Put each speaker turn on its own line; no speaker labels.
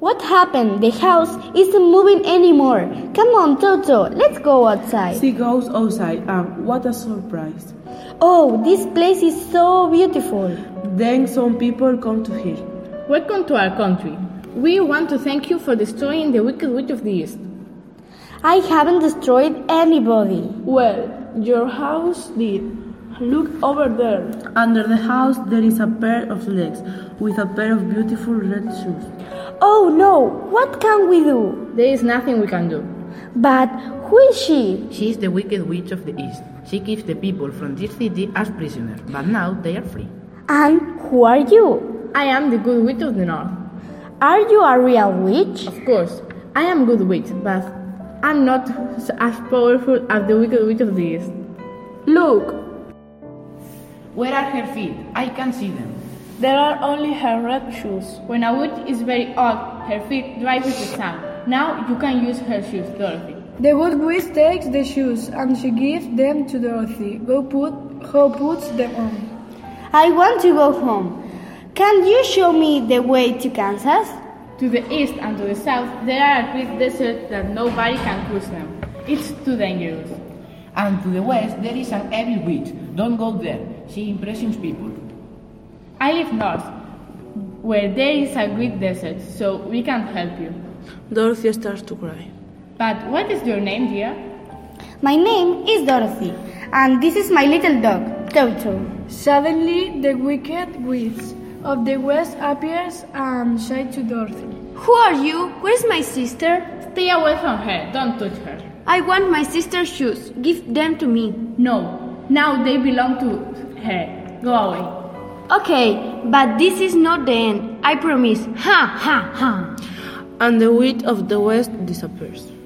What happened? The house isn't moving anymore. Come on, Toto, let's go outside.
She goes outside, and what a surprise!
Oh, this place is so beautiful.
Then some people come to her.
Welcome to our country. We want to thank you for destroying the wicked witch of the east.
I haven't destroyed anybody.
Well, your house did. Look over there.
Under the house there is a pair of legs with a pair of beautiful red shoes.
Oh no, what can we do?
There is nothing we can do.
But who is she?
She is the wicked witch of the east. She keeps the people from this city as prisoners, but now they are free.
And who are you?
I am the good witch of the north.
Are you a real witch?
Of course, I am good witch, but I'm not as powerful as the wicked witch of the east.
Look,
Where are her feet? I can see them.
there are only her red shoes.
When a witch is very old, her feet drive with the sand. Now you can use her shoes, Dorothy.
The good witch takes the shoes and she gives them to Dorothy, who, put, who puts them on.
I want to go home. Can you show me the way to Kansas?
To the east and to the south, there are big deserts that nobody can cross them. It's too dangerous.
And to the west there is an evil witch. Don't go there. She impressions people.
I live north, where there is a great desert, so we can't help you.
Dorothy starts to cry.
But what is your name, dear?
My name is Dorothy, and this is my little dog, Toto.
Suddenly, the wicked witch of the west appears and says to Dorothy,
Who are you? Where's my sister?
Stay away from her, don't touch her.
I want my sister's shoes. Give them to me.
No, now they belong to her. Go away.
Okay, but this is not the end. I promise. Ha ha ha.
And the witch of the west disappears.